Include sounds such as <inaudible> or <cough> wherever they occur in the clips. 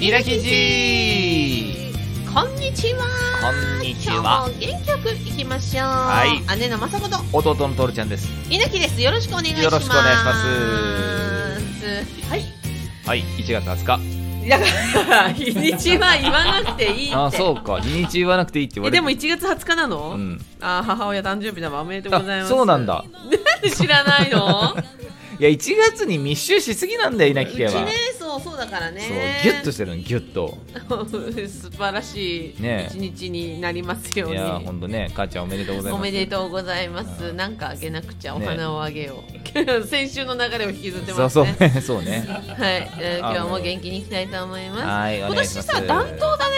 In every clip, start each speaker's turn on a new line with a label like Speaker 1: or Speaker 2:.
Speaker 1: ミラキジ
Speaker 2: こんにちは。
Speaker 1: こんにち
Speaker 2: 今日
Speaker 1: は
Speaker 2: も元気よく行きましょう。
Speaker 1: は
Speaker 2: 姉のまさこと、
Speaker 1: 弟のトールちゃんです
Speaker 2: 稲木です。よろしくお願いします。。
Speaker 1: よろしくお願いします
Speaker 2: はい。
Speaker 1: はい1月20日
Speaker 2: だから、日にちは言わなくていいって。
Speaker 1: あそうか日にち言わなくていいって言われ
Speaker 2: えで
Speaker 1: て
Speaker 2: も1月20日なの、
Speaker 1: うん
Speaker 2: あ母親誕生日だわおめでとうございま
Speaker 1: あ
Speaker 2: す
Speaker 1: そうなんだ
Speaker 2: なんで知らな
Speaker 1: <laughs>
Speaker 2: いの
Speaker 1: いや1月に密集しすぎなんだよ稲
Speaker 2: う
Speaker 1: 城
Speaker 2: ち
Speaker 1: 家
Speaker 2: ね
Speaker 1: は
Speaker 2: そうそうだから
Speaker 1: そう
Speaker 2: ね
Speaker 1: ギュッとしてるのギュッと
Speaker 2: <laughs> 素晴らしい
Speaker 1: ね
Speaker 2: 一日になりますよう
Speaker 1: い
Speaker 2: に、
Speaker 1: やーほんとね母ちゃんおめでとうござい
Speaker 2: お
Speaker 1: ます
Speaker 2: めでとうございます。なんかあげなくちゃ、お花をあげよう。 <laughs> 先週の流れを引きずって
Speaker 1: そう
Speaker 2: ます
Speaker 1: そう
Speaker 2: ね。
Speaker 1: ねそう
Speaker 2: <laughs>
Speaker 1: ね
Speaker 2: はい、えー今日も元気にいきたいと思いま
Speaker 1: はい
Speaker 2: す。
Speaker 1: お
Speaker 2: 今
Speaker 1: 願いし
Speaker 2: 年
Speaker 1: ます
Speaker 2: さ、暖冬だね。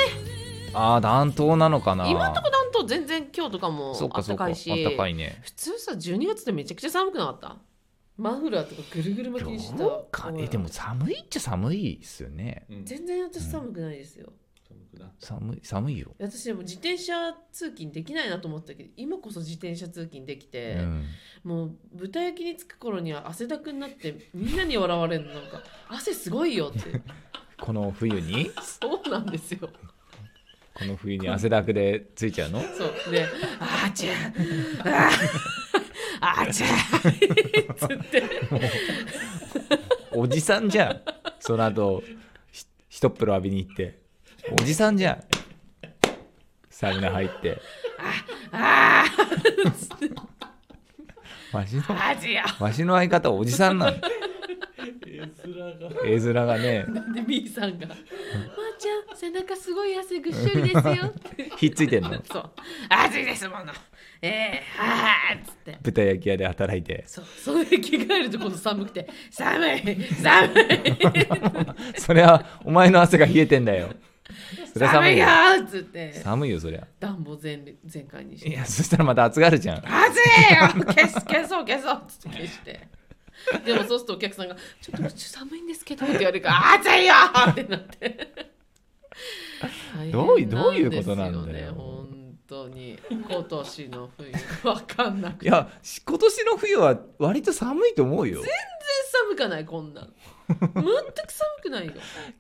Speaker 1: ああ暖冬なのかな
Speaker 2: 今んとこ暖冬、全然今日とかも
Speaker 1: そうかそう
Speaker 2: 暖
Speaker 1: か
Speaker 2: か
Speaker 1: あっ。
Speaker 2: いした
Speaker 1: かいね
Speaker 2: 普通さ、12月ってめちゃくちゃ寒くなかった。マフラーとかぐるぐる巻きにした
Speaker 1: どう。か
Speaker 2: うん
Speaker 1: えでも寒いっちゃ寒いっすよね
Speaker 3: うん
Speaker 2: 全然私寒くないですよ。
Speaker 3: 寒くなった
Speaker 1: 寒い寒いよ、
Speaker 2: 私でも自転車通勤できないなと思ったけど今こそ自転車通勤できて、
Speaker 1: うん、
Speaker 2: もう豚焼きに着く頃には汗だくになってみんなに笑われるのなんか汗すごいよって
Speaker 1: この冬に
Speaker 2: そうなんですよ
Speaker 1: この冬に汗だくでついちゃうの
Speaker 2: そうで「あーちゃあーあーちゃー」つって
Speaker 1: おじさんじゃんその後ひひとっ風呂浴びに行っておじさんじゃんサウナ入って
Speaker 2: 「あー
Speaker 1: わしの
Speaker 2: あーちゃ
Speaker 1: わしの相方おじさんなの
Speaker 3: 絵面が
Speaker 1: 絵面がね
Speaker 2: ー」でみーさんが「まー、ちゃん背中すごい汗ぐっしょりですよ」って
Speaker 1: ひっついてんの
Speaker 2: そう「暑いですものええー、はー」っつって。
Speaker 1: 豚焼き屋で働いて
Speaker 2: そうそれで着替えると今度寒くて「寒い寒い
Speaker 1: それはお前の汗が冷えてんだよそれは
Speaker 2: 寒
Speaker 1: 寒い
Speaker 2: い
Speaker 1: よ
Speaker 2: よ!」っつって
Speaker 1: 寒いよそりゃ
Speaker 2: 暖房全全開にし
Speaker 1: い
Speaker 2: て
Speaker 1: やそしたらまた暑がるじゃん
Speaker 2: 「熱いよ <laughs> 消す消そう消そう」っつって消してでもそうするとお客さんが「ちょっとうち寒いんですけど」って言われるから「熱いよ!」ってなって
Speaker 1: どういどういうことなんだよ
Speaker 2: 大変なですね本当に今年の冬わかんなく
Speaker 1: い
Speaker 2: て
Speaker 1: やし今年の冬は割と寒いと思うよ
Speaker 2: 全然寒かないこんなん全く寒くないよ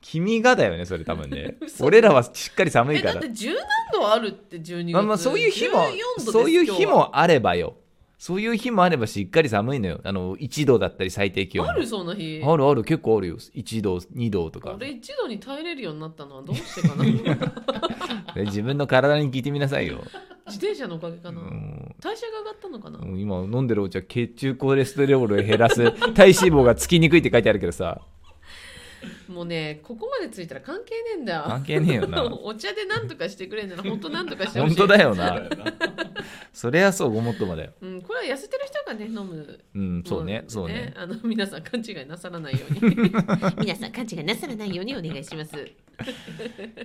Speaker 1: 君がだよねそれ多分ね
Speaker 2: <laughs> 嘘
Speaker 1: 俺らはしっかり寒い
Speaker 2: え
Speaker 1: か
Speaker 2: だっ
Speaker 1: ら
Speaker 2: て十何度あるって12月、
Speaker 1: まあまあそういう日も
Speaker 2: 14度
Speaker 1: そういう日
Speaker 2: 今日は
Speaker 1: もあればよそういう日もあればしっかり寒いのよあの1度だったり最低気温
Speaker 2: あるその日
Speaker 1: あるある結構あるよ1度2度とか
Speaker 2: 俺一度に耐えれるようになったのはどうして
Speaker 1: <laughs>
Speaker 2: かな自
Speaker 1: で自分の体に聞いてみなさいよ、
Speaker 2: 転車のおかげか
Speaker 1: う
Speaker 2: な、
Speaker 1: ん、
Speaker 2: 代謝が上がったのかな、
Speaker 1: もう今飲んでるお茶血中コレステロールを減らす体脂肪がつきにくいって書いてあるけど
Speaker 2: <laughs>
Speaker 1: さ
Speaker 2: もうねここまでついたら関係ねえんだよ
Speaker 1: 関係ねえよな
Speaker 2: <laughs> お茶でなんとかしてくれんなら本当なんとかしてほ
Speaker 1: 本
Speaker 2: しい
Speaker 1: 当だよ
Speaker 3: だ
Speaker 2: <laughs>
Speaker 1: な
Speaker 3: よな
Speaker 1: そりゃそうごもっともだよ
Speaker 2: うん、これは痩せてる人がね飲む
Speaker 1: うんそうね
Speaker 2: も
Speaker 1: そうね
Speaker 2: あの皆さん勘違いなさらないよう
Speaker 1: <laughs>
Speaker 2: に皆さん勘違いなさらないようにお願いします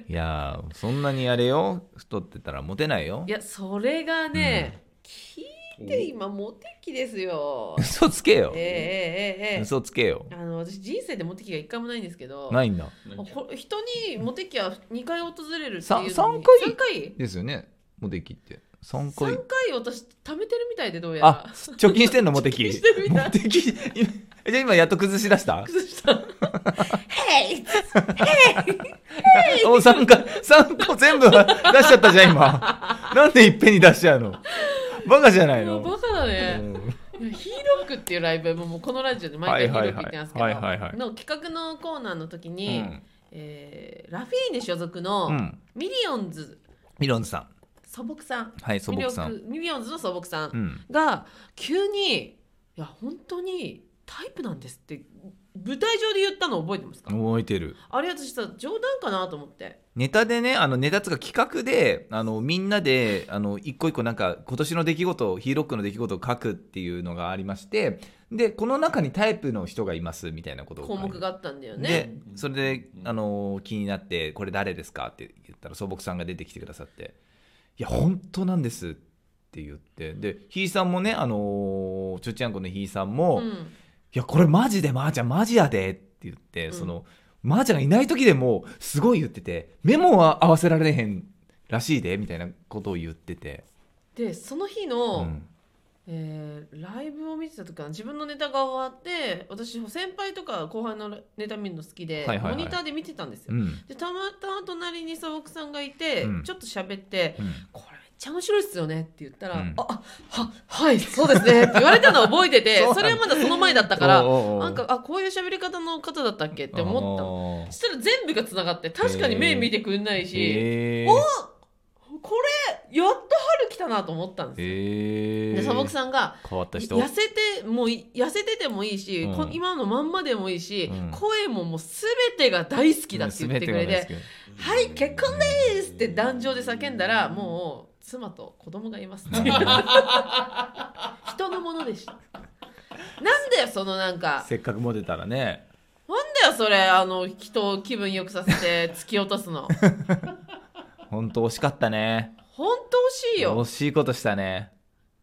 Speaker 1: いやーそんなにあれよ太ってたらモテないよ
Speaker 2: いやそれがね、聞いて今モテ期で
Speaker 1: <laughs>
Speaker 2: すよ
Speaker 1: 嘘つけよ
Speaker 2: ええええええ
Speaker 1: 嘘つけよ
Speaker 2: あの私人生でモテ期が一回もないんですけど
Speaker 1: ないんだ
Speaker 3: なんか
Speaker 2: ほ人にモテ期は2回訪れるって
Speaker 1: さ
Speaker 2: いう
Speaker 1: 三回
Speaker 2: 3回
Speaker 1: ですよねモテキって3
Speaker 2: 3回
Speaker 1: 回
Speaker 2: 私貯めてるみたいでどうや
Speaker 1: あ
Speaker 2: <laughs> ら
Speaker 1: 貯金してんのモテキ
Speaker 2: 貯金してるみたい
Speaker 1: モテキ <laughs> じゃあ今やっと崩し出した
Speaker 2: 崩したヘイ
Speaker 1: お3回三個全部出しちゃったじゃん今なんでいっぺんに出しちゃうのバカじゃない
Speaker 2: も
Speaker 1: の
Speaker 2: うバカだ
Speaker 1: う
Speaker 2: ね、
Speaker 1: ん
Speaker 2: いやヒーロックっていうライブももうこのラジオで毎回ヒーロック言ってますけど
Speaker 1: はいはいはいはいはいはい
Speaker 2: の企画のコーナーの時に、えーラフィーネ所属
Speaker 1: う
Speaker 2: の
Speaker 1: ん
Speaker 2: ミリオンズ
Speaker 1: ミロンさん
Speaker 2: 素朴さん
Speaker 1: はい素朴さ
Speaker 2: ミ
Speaker 1: ん
Speaker 2: リオンミリオンズの素朴さん
Speaker 1: うん
Speaker 2: が急に「いや本当にタイプなんです」って舞台上で言ったの覚えてますか、
Speaker 1: 覚えてる
Speaker 2: あれ私さ冗談かなと思って
Speaker 1: ネタでねあのネタつうか企画であのみんなであの一個一個なんか今年の出来事をヒーロックの出来事を書くっていうのがありましてでこの中にタイプの人がいますみたいなことを
Speaker 2: 項目があったんだよね。
Speaker 1: でそれで、あの気になって「これ誰ですか?」って言ったら素朴さんが出てきてくださって「いや本当なんです」って言ってでひいさんもねあのちょちゃんこのひいさんも「
Speaker 2: う
Speaker 1: い
Speaker 2: ん
Speaker 1: やこれマジでまーちゃんマジやで」って言って、
Speaker 2: うん
Speaker 1: そのまーちゃんがいない時でもすごい言っててメモは合わせられへんらしいでみたいなことを言ってて、
Speaker 2: でその日
Speaker 1: う
Speaker 2: の
Speaker 1: ん
Speaker 2: えーライブを見てた時は自分のネタが終わって私先輩とか後輩のネタ見るの好きで、
Speaker 1: はいはいはい
Speaker 2: モニターで見てたんですよ、
Speaker 1: うん
Speaker 2: でたまたま隣に素朴さんがいて、
Speaker 1: うん
Speaker 2: ちょっと喋って
Speaker 1: うん
Speaker 2: 「これめっちゃ面白いっすよね」って言ったら
Speaker 1: う
Speaker 2: 「
Speaker 1: ん
Speaker 2: ああははいそうですね」って言われたのを覚えてて
Speaker 1: <laughs> そうな
Speaker 2: そ
Speaker 1: んだ
Speaker 2: れはまだその前だったから
Speaker 1: おうおうおう
Speaker 2: なんかあこういう喋り方の方だったっけって思ったの
Speaker 1: 思
Speaker 2: そしたら全部がつながって確かに目見てくんないし、
Speaker 1: えー、
Speaker 2: これやっと春来たなと思ったんですよ。
Speaker 1: えー、
Speaker 2: で素朴さんが
Speaker 1: 変わった人
Speaker 2: 痩せてもい痩せててもいいし、こ
Speaker 1: うん
Speaker 2: 今のまんまでもいいし、
Speaker 1: うん
Speaker 2: 声ももう全てが大好きだって言ってくれて「はい結婚です!」って壇上で叫んだらもう妻と子供がい <laughs> ます、人のものでしたなんだよそのなんか
Speaker 1: せっかくモテたらね
Speaker 2: なんだよそれあの人を気分良くさせ <laughs> て突き落とすの
Speaker 1: 本当惜しかったね
Speaker 2: ほんと惜しいよ
Speaker 1: 惜しいことしたね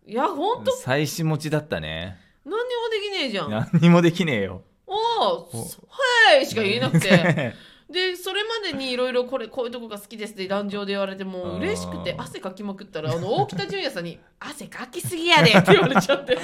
Speaker 2: いやほんと
Speaker 1: 妻子持ちだったね
Speaker 2: 何にもできねえじゃん
Speaker 1: 何にもできねえよ、
Speaker 2: おおはいしか言えなくて
Speaker 1: <laughs>
Speaker 2: でそれまでにいろいろこれこういうとこが好きですって壇上で言われてもう嬉しくて
Speaker 1: あー
Speaker 2: 汗かきまくったら
Speaker 1: <laughs>
Speaker 2: あの大北純也さんに「汗かきすぎやで」って言われちゃって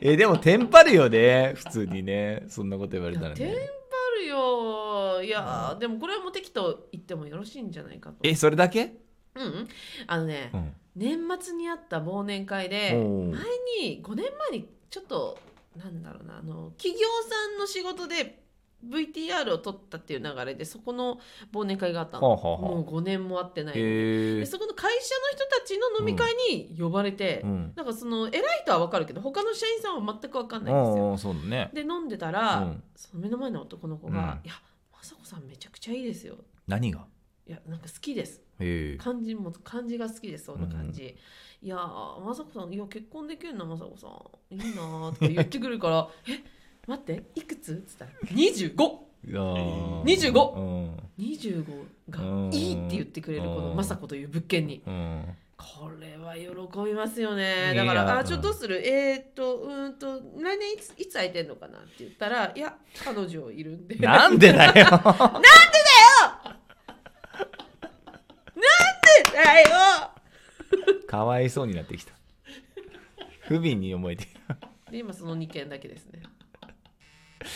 Speaker 1: <laughs> えでもテンパるよね普通にねそんなこと言われたら
Speaker 2: いやテン
Speaker 1: ね
Speaker 2: あるよいやーでもこれはもう適当言ってもよろしいんじゃないかと
Speaker 1: えそれだけ、
Speaker 2: うんうんあのね
Speaker 1: うん、
Speaker 2: 年末にあった忘年会で
Speaker 1: おう
Speaker 2: 前に5年前にちょっとなんだろうなあの企業さんの仕事で VTR を撮ったっていう流れでそこの忘年会があったの、
Speaker 1: はあはあはあ
Speaker 2: もう5年も会ってないので
Speaker 1: へ
Speaker 2: で
Speaker 1: え
Speaker 2: そこの会社の人たちの飲み会に呼ばれて、
Speaker 1: うん
Speaker 2: なんかその偉いとは分かるけど他の社員さんは全く分かんないんですよ。
Speaker 1: ああそうだね
Speaker 2: で飲んでたら、
Speaker 1: うん
Speaker 2: その目の前の男の子が「
Speaker 1: うん
Speaker 2: いや雅子さんめちゃくちゃいいですよ」
Speaker 1: 何が
Speaker 2: いやなんか好きです
Speaker 1: へえ
Speaker 2: 漢字も漢字が好きですそんな感じ、いやー雅子さんいや結婚できるな雅子さんいいなーとか言ってくるから <laughs> 「え待っていくつ?」っつったら「25!」25
Speaker 1: うん
Speaker 2: 25がいいって言ってくれるこの雅子という物件に
Speaker 1: うん
Speaker 2: これは喜びますよね
Speaker 1: い
Speaker 2: だ
Speaker 1: や
Speaker 2: から「あ
Speaker 1: うん
Speaker 2: ちょっとどうするえーっとうーんと来年いついつ空いてんのかな?」って言ったら「いや彼女いるんで」 <laughs>
Speaker 1: なんでだよ <laughs>
Speaker 2: だよ
Speaker 1: かわいそうになってきた不憫に思えてきた
Speaker 2: で今その2件だけですね。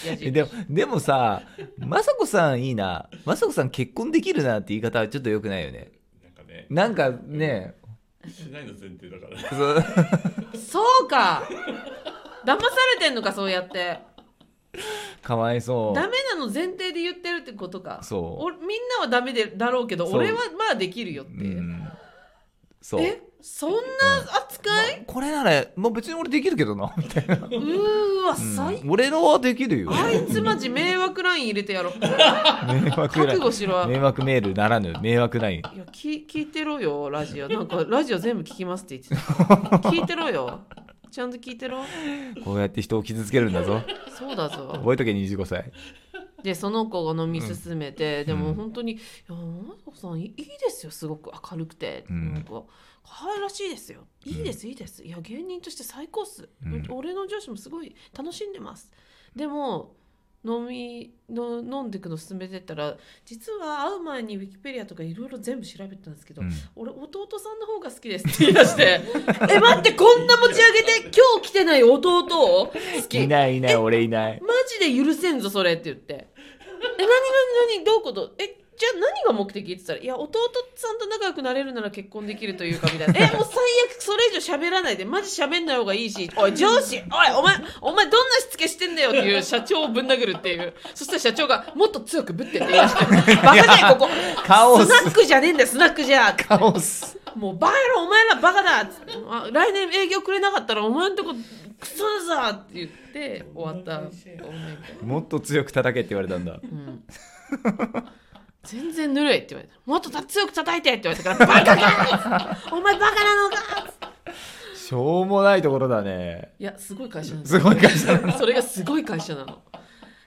Speaker 2: 矢
Speaker 1: え
Speaker 2: 印
Speaker 1: でもでもさ雅子さんいいな雅子さん結婚できるなって言い方はちょっとよくないよね
Speaker 3: なんかね
Speaker 1: なんかね
Speaker 3: しないの前提だから
Speaker 1: そう
Speaker 2: そうか騙されてんのかそうやって
Speaker 1: かわいそ
Speaker 2: <laughs> ダ
Speaker 1: う
Speaker 2: メなの前提で言ってるってことか
Speaker 1: そう
Speaker 2: おみんなはダメでだろうけど
Speaker 1: そう
Speaker 2: 俺はまあできるよって、
Speaker 1: うんそう
Speaker 2: えそんな扱い、
Speaker 1: これなら、まあ、別に俺できるけどなみたいな、
Speaker 2: うーわ最
Speaker 1: うん俺のはできるよ
Speaker 2: あいつマジ迷惑ライン入れてやろう
Speaker 1: 迷惑ラ
Speaker 2: 覚
Speaker 1: イン
Speaker 2: 悟しろ
Speaker 1: 迷惑メールならぬ迷惑ライン
Speaker 2: <laughs> いや聞聞いてろよラ
Speaker 1: <laughs>
Speaker 2: ジオなんかラジオ全部聞きますって言ってた聞いてろよちゃんと聞いてろ
Speaker 1: こうやって人を傷つけるんだぞ
Speaker 2: そうだぞ
Speaker 1: 覚えとけ25歳
Speaker 2: でその子が飲み進めて、で
Speaker 1: う
Speaker 2: も
Speaker 1: ん
Speaker 2: 本当に「いやマ子さんいいいですよすごく明るくて」
Speaker 1: うん
Speaker 2: なんか可愛らしいですよいいですいいですいや芸人として最高っす、
Speaker 1: うん
Speaker 2: 俺の上司もすごい楽しんでますでも飲みの飲んでくの進めてったら実は会う前にウィキペディアとかいろいろ全部調べてたんですけど、
Speaker 1: うん
Speaker 2: 俺弟さんの方が好きですって言い出して「 <laughs> え待ってこんな持ち上げて今日来てない弟を好き
Speaker 1: いないいない俺いない
Speaker 2: マジで許せんぞそれって言って「え何何何どういうことえじゃあ何が目的?」って言ったら「いや弟さんと仲良くなれるなら結婚できるというか」み <laughs> たいな「えもう最悪それ以上喋らないでマジ喋んない方がいいしおい上司おいお前お前どんなしつけしてんだよ」っていう社長をぶん殴るっていうそしたら社長が「もっと強くぶって」って言いました「バカじゃんここ
Speaker 1: カオス
Speaker 2: スナックじゃねえんだよスナックじゃ」
Speaker 1: カオス
Speaker 2: もうバカ野郎お前らバカだっつってあ来年営業くれなかったらお前んとこクソだぞって言って終わったお前みたい
Speaker 1: もっと強く叩けって言われたんだ
Speaker 2: うん、全然ぬるいって言われたもっとた強く叩いてって言われたからバカかお前バカなのか
Speaker 1: しょうもないところだね
Speaker 2: いやすごい会社なの
Speaker 1: すごい会社だ
Speaker 2: それがすごい会社なの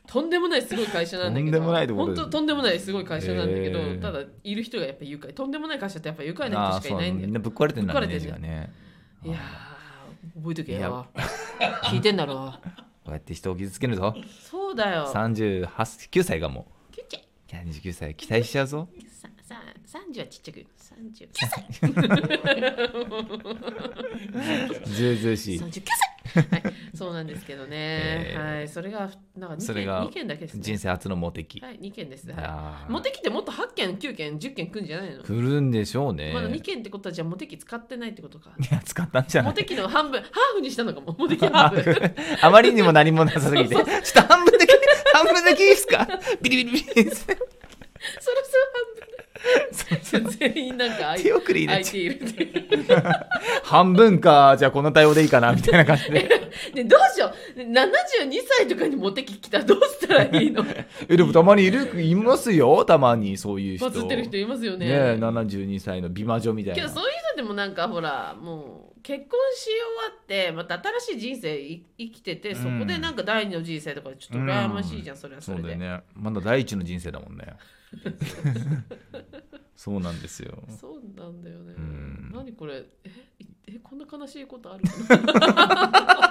Speaker 2: とんでもないすごい会社なんだけど
Speaker 1: とんでもないところ
Speaker 2: 本
Speaker 1: です
Speaker 2: 当とんでもないすごい会社なんだけど、
Speaker 1: へー
Speaker 2: ただいる人がやっぱ愉快とんでもない会社ってやっぱ愉快
Speaker 1: あ
Speaker 2: な
Speaker 1: あ
Speaker 2: 人しか
Speaker 1: そ
Speaker 2: いうないんだ
Speaker 1: みん
Speaker 2: よ
Speaker 1: なぶっ壊れてんだ
Speaker 2: ぶっ壊れ
Speaker 1: ね
Speaker 2: てんだ
Speaker 1: 字がね
Speaker 2: いやー覚えとけ
Speaker 1: いや
Speaker 2: よ聞いてんだろ
Speaker 1: こうやって人を傷つけるぞ
Speaker 2: そうだよ
Speaker 1: 38 9歳がも
Speaker 2: キュッチェ
Speaker 1: う29歳期待しちゃうぞ
Speaker 2: ささ30はちっちゃく39歳
Speaker 1: ずうずうしい
Speaker 2: 39歳、はい、そうなんですけどね、
Speaker 1: <laughs> えー
Speaker 2: はい、それがなんか2
Speaker 1: それ
Speaker 2: 件
Speaker 1: が
Speaker 2: 二件だけです、ね、
Speaker 1: 人生初のモテ期、
Speaker 2: はい2件です、は
Speaker 1: あ
Speaker 2: い、
Speaker 1: ー
Speaker 2: モテ期ってもっと8件9件10件くんじゃないの、
Speaker 1: 来るんでしょうね、
Speaker 2: まだ2件ってことはじゃあモテ期使ってないってこ
Speaker 1: <laughs>
Speaker 2: とか
Speaker 1: いや使ったんじゃな
Speaker 2: モ
Speaker 1: い
Speaker 2: テ期の半分ハーフにしたのか
Speaker 1: <laughs>
Speaker 2: もモテ期ハーフ
Speaker 1: あまりにも何もなさすぎてちょっと半分だけ半分だけいいですかビリビリビリ
Speaker 2: <laughs> そろそろ半
Speaker 1: <laughs>
Speaker 2: 分全員なんか空い
Speaker 1: 手遅れ入
Speaker 2: 空
Speaker 1: れ
Speaker 2: い
Speaker 1: ち
Speaker 2: ているって
Speaker 1: ゃう半分かじゃあこの対応でいいかなみたいな感じで
Speaker 2: でどうしようね72歳とかにモテ期来たらどうしたらい
Speaker 1: <laughs>
Speaker 2: いの
Speaker 1: えでもたまにいるいますよたまにそういう人
Speaker 2: バズってる人いますよ
Speaker 1: ね
Speaker 2: ね
Speaker 1: え72歳の美魔女みたい
Speaker 2: けど
Speaker 1: な
Speaker 2: そういう人でもなんかほらもう結婚し終わってまた新しい人生い生きててそこでなんか第二の人生とかちょっと羨ましいじゃん、それはそ
Speaker 1: そ
Speaker 2: れ
Speaker 1: う
Speaker 2: で
Speaker 1: だよねまだ第一の人生だもんねそうなんですよ
Speaker 2: そうなんだよね、
Speaker 1: うん
Speaker 2: 何これえいえこんな悲しいことあ
Speaker 1: <laughs>
Speaker 2: るかな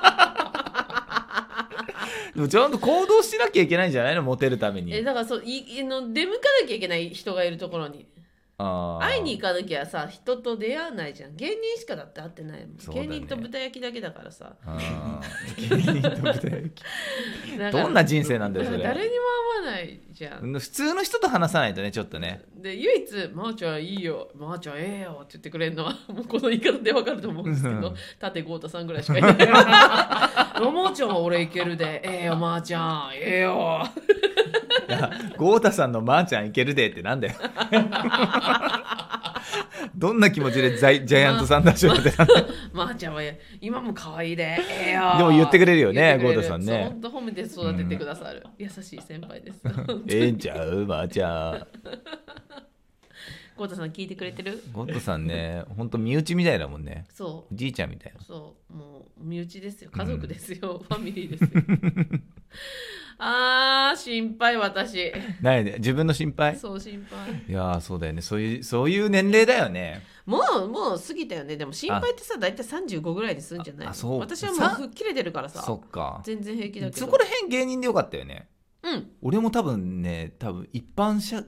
Speaker 1: でもちゃんと行動しなきゃいけないんじゃないのモテるため
Speaker 2: え
Speaker 1: に
Speaker 2: だからそういいの出向かなきゃいけない人がいるところに
Speaker 1: あー
Speaker 2: 会いに行かなきゃさ人と出会わないじゃん芸人しかだって会ってないもん、
Speaker 1: そうだ
Speaker 2: 芸
Speaker 1: ね
Speaker 2: 人と豚焼きだけだからさ
Speaker 1: あー芸人と舞台
Speaker 2: <laughs>
Speaker 1: 劇
Speaker 2: だから
Speaker 1: どんな人生なんだよそ
Speaker 2: 誰にも
Speaker 1: れ
Speaker 2: 会わないじゃん
Speaker 1: 普通の人と話さないとねちょっとね
Speaker 2: で唯一「まー、ちゃんいいよまー、ちゃんええよ」って言ってくれるのは <laughs> もうこの言い方でわかると思うんですけ
Speaker 1: う
Speaker 2: ど
Speaker 1: ん
Speaker 2: 舘豪太さんぐらいしかいない
Speaker 1: <laughs>
Speaker 2: まーちゃんは俺いけるでええよまー、ちゃんええよ
Speaker 1: いや豪太さんの「まーちゃんいけるで」ってなんだよ <laughs> どんな気持ちでジャイジャイアントサンダーショーみたいな
Speaker 2: まー、ちゃんは今も可愛いでええよ
Speaker 1: でも言ってくれるよね
Speaker 2: 言っ
Speaker 1: 豪
Speaker 2: てくれる
Speaker 1: 太さんね
Speaker 2: そうほんと褒めて育ててくださる、優しい先輩です <laughs>
Speaker 1: ええんちゃうまーちゃん
Speaker 2: 豪太さん聞いてくれてる
Speaker 1: ゴッドさんね、本当身内みたいだもんね。
Speaker 2: そう
Speaker 1: おじいちゃんみたいな。
Speaker 2: そうもう身内ですよ家族ですよ、ファミリーですよ
Speaker 1: <laughs>
Speaker 2: あー心配私
Speaker 1: ないで、自分の心配。
Speaker 2: そう心配
Speaker 1: いやー、そうだよね。そういう、そういう年齢だよね。
Speaker 2: もうもう過ぎたよねでも心配ってさ大体35ぐらいにするんじゃない
Speaker 1: ああそう
Speaker 2: 私はもう
Speaker 1: さ
Speaker 2: 吹っ切れてるからさ
Speaker 1: そっか。
Speaker 2: 全然平気だけど
Speaker 1: そこら辺芸人でよかったよね。
Speaker 2: うん
Speaker 1: 俺も多分ね、多分一般社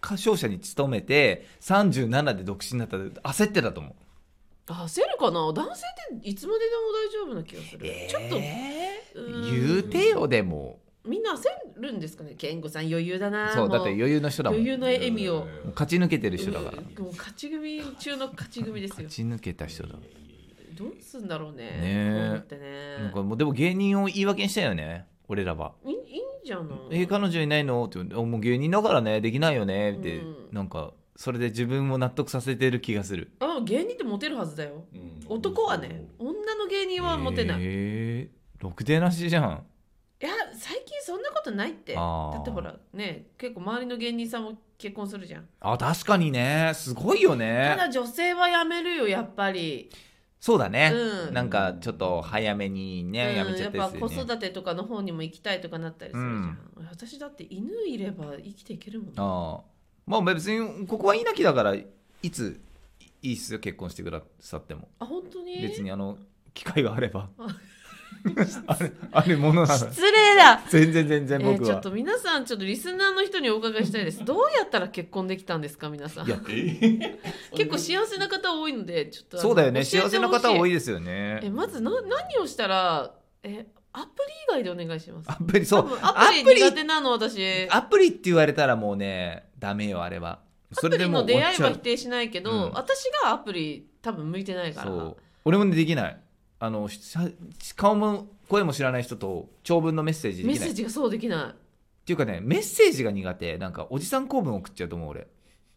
Speaker 1: 歌唱者に勤めて37で独身になったら焦ってたと思う。
Speaker 2: 焦るかな男性っていつまででも大丈夫な気がする、ちょっと
Speaker 1: え
Speaker 2: う
Speaker 1: ー
Speaker 2: ーん
Speaker 1: 言うてよ、でも。
Speaker 2: みんな焦るんですかね健吾さん余裕だな
Speaker 1: そう、
Speaker 2: も
Speaker 1: だって余裕の人だもん。
Speaker 2: 余裕の笑みを
Speaker 1: もう勝ち抜けてる人だから。
Speaker 2: もう勝ち組中の勝ち組です
Speaker 1: <laughs> 勝
Speaker 2: よ
Speaker 1: ち抜けた人だ。
Speaker 2: どうすんだろうね
Speaker 1: ねえ
Speaker 2: こういうのってね
Speaker 1: なんかもうでも芸人を言い訳にしたよね、俺らは。
Speaker 2: いいいんじゃない
Speaker 1: えー彼女いないのって言うのあもう芸人だからねできないよねって、
Speaker 2: うん
Speaker 1: なんかそれで自分を納得させてる気がする
Speaker 2: あ芸人ってモテるはずだよ
Speaker 3: うん
Speaker 2: 男はね女の芸人はモテない、
Speaker 1: えー、ろくでなしじゃん
Speaker 2: いや最近そんなことないってだ
Speaker 1: あー
Speaker 2: ってほらね結構周りの芸人さんも結婚するじゃん
Speaker 1: あ確かにねすごいよ
Speaker 2: た
Speaker 1: ね
Speaker 2: だ女性は辞めるよやっぱり
Speaker 1: そうだね、
Speaker 2: うん
Speaker 1: なんかちょっと早めにね、や
Speaker 2: う
Speaker 1: め
Speaker 2: ん
Speaker 1: ちゃ
Speaker 2: や
Speaker 1: っり
Speaker 2: ったぱ
Speaker 1: する
Speaker 2: 子
Speaker 1: よね
Speaker 2: 育てとかの方にも行きたいとかなったりするじゃん、私だって犬いれば生きていけるもん
Speaker 1: ああまあ別にここは稲城だからいついいっすよ結婚してくださっても
Speaker 2: あ本当に
Speaker 1: 別にあの機会があれ
Speaker 2: <laughs>
Speaker 1: ば
Speaker 2: あ
Speaker 1: あれあるものなの
Speaker 2: 失
Speaker 1: <laughs>
Speaker 2: 礼だ
Speaker 1: 全然全
Speaker 2: え
Speaker 1: 然
Speaker 2: ー
Speaker 1: 僕
Speaker 2: ちょ
Speaker 1: は
Speaker 2: っ、と皆さんちょっとリスナーの人にお伺いしたい
Speaker 1: <laughs>
Speaker 2: ですどうやったら結婚できたんですか皆さん
Speaker 1: いや
Speaker 3: え
Speaker 2: 結構幸せな方多いのでちょっとあの
Speaker 1: そうだよね
Speaker 2: 教え
Speaker 1: 幸
Speaker 2: てほし
Speaker 1: せな方多い
Speaker 2: い
Speaker 1: ですよね
Speaker 2: えまずな何をしたらえアプリ以外でお願いします
Speaker 1: アプリそ
Speaker 2: 多
Speaker 1: う
Speaker 2: 分
Speaker 1: ア
Speaker 2: ア
Speaker 1: プ
Speaker 2: プ
Speaker 1: リ
Speaker 2: リ苦手なの私ア
Speaker 1: アプリって言われたらもうねダメよあれはそ
Speaker 2: プリの
Speaker 1: 終わ
Speaker 2: 出
Speaker 1: っ
Speaker 2: 会い
Speaker 1: ちゃ
Speaker 2: は
Speaker 1: う
Speaker 2: 否定しないけど、
Speaker 1: うん
Speaker 2: 私がアプリ多分向いてないから
Speaker 1: そう俺もねできないあのしし顔も声も知らない人と長文のメッセージで
Speaker 2: メッ
Speaker 1: きない
Speaker 2: セー
Speaker 1: っ
Speaker 2: ジがそうできな
Speaker 1: ていうかねメッセージが苦手なんかおじさん公文送っちゃうと思う俺
Speaker 2: い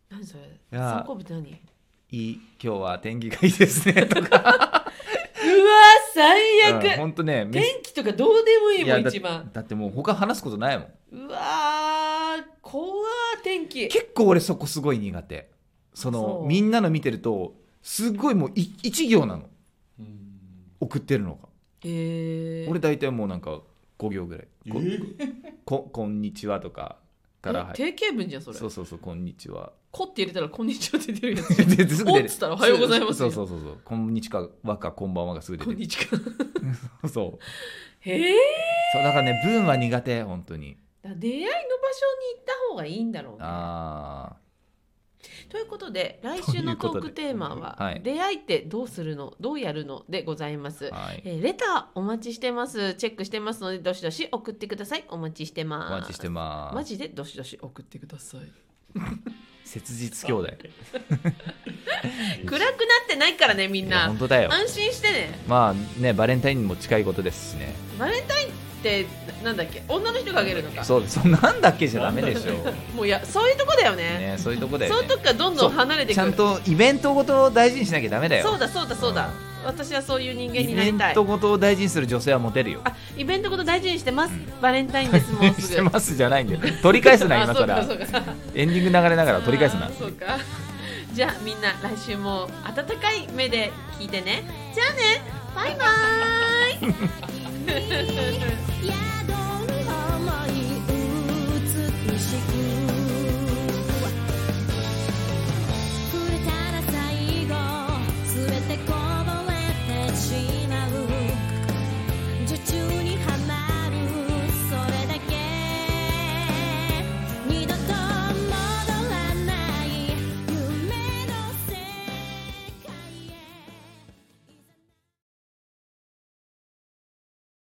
Speaker 2: 何それ
Speaker 1: や
Speaker 2: 参考日って何うわ
Speaker 1: 「いい今日は天気がいいです
Speaker 2: <laughs>
Speaker 1: ね」とか
Speaker 2: ー最悪、
Speaker 1: 本当ねメッセ
Speaker 2: 天気とかどうでもいいもん
Speaker 1: いや
Speaker 2: 一番
Speaker 1: だってもう他話すことないもん
Speaker 2: うわー怖ー天気
Speaker 1: 結構俺そこすごい苦手その
Speaker 2: そう
Speaker 1: みんなの見てるとすごいもうい一行なの送ってるのが
Speaker 2: えー、
Speaker 1: 俺大体もうなんか5行ぐらい「こ
Speaker 3: え
Speaker 1: ここんにちは」とかから入
Speaker 2: え
Speaker 1: る
Speaker 2: 定型文じゃんそれ
Speaker 1: そうそうそう「こんにちは」
Speaker 2: こって入れたらこんにちはって出るやつ
Speaker 1: <laughs> です
Speaker 2: おっつったらおはようございます
Speaker 1: そうそうそうそう「こんにちは」か「こんばんは」がすぐ出
Speaker 2: こ
Speaker 1: て
Speaker 2: ん
Speaker 1: る
Speaker 2: にちは
Speaker 1: そうそう
Speaker 2: へえ
Speaker 1: だからね文は苦手本当に
Speaker 2: だから出会いの場所に行った方がいいんだろうね
Speaker 1: ああ
Speaker 2: ということで来週のトークテーマは「
Speaker 1: ということ
Speaker 2: 出会いってどうするのどうやるの?」でございます。
Speaker 1: はい
Speaker 2: えーレターお待ちしてます。チェックしてますのでどしどし送ってください。お待ちして
Speaker 1: お
Speaker 2: ます。
Speaker 1: 待ちしてます
Speaker 2: マジでどしどし送ってください。
Speaker 1: 切実兄弟
Speaker 2: 暗くなってないからねみん
Speaker 1: いや
Speaker 2: な
Speaker 1: 本。当だよ
Speaker 2: 安心してね。
Speaker 1: まあねバレンタインも近いことですしね
Speaker 2: バレンタインってなんだっけ女の人があげるのか。
Speaker 1: そうそうなんだっけじゃダメでしょ
Speaker 2: もうやそういうとこだよね。
Speaker 1: ねそういうとこだよ、ね、
Speaker 2: そういうとこからどんどん離れていく。
Speaker 1: ちゃんとイベントごとを大事にしなきゃダメだよ
Speaker 2: そうだそうだそうだ。私はそういう人間
Speaker 1: イ
Speaker 2: にな
Speaker 1: ベ
Speaker 2: り
Speaker 1: ン
Speaker 2: たい。
Speaker 1: トごとを大事にする女性はモテるよ
Speaker 2: あイベントごと大事にしてます。バレンタインですもうすぐ。
Speaker 1: <laughs> してますじゃないんだよ取り返すな
Speaker 2: あ
Speaker 1: 今更
Speaker 2: そうかそうか
Speaker 1: エンディング流れながら取り返すな
Speaker 2: あーそうかじゃあみんな来週も温かい目で聞いてねじゃあねバイバーイ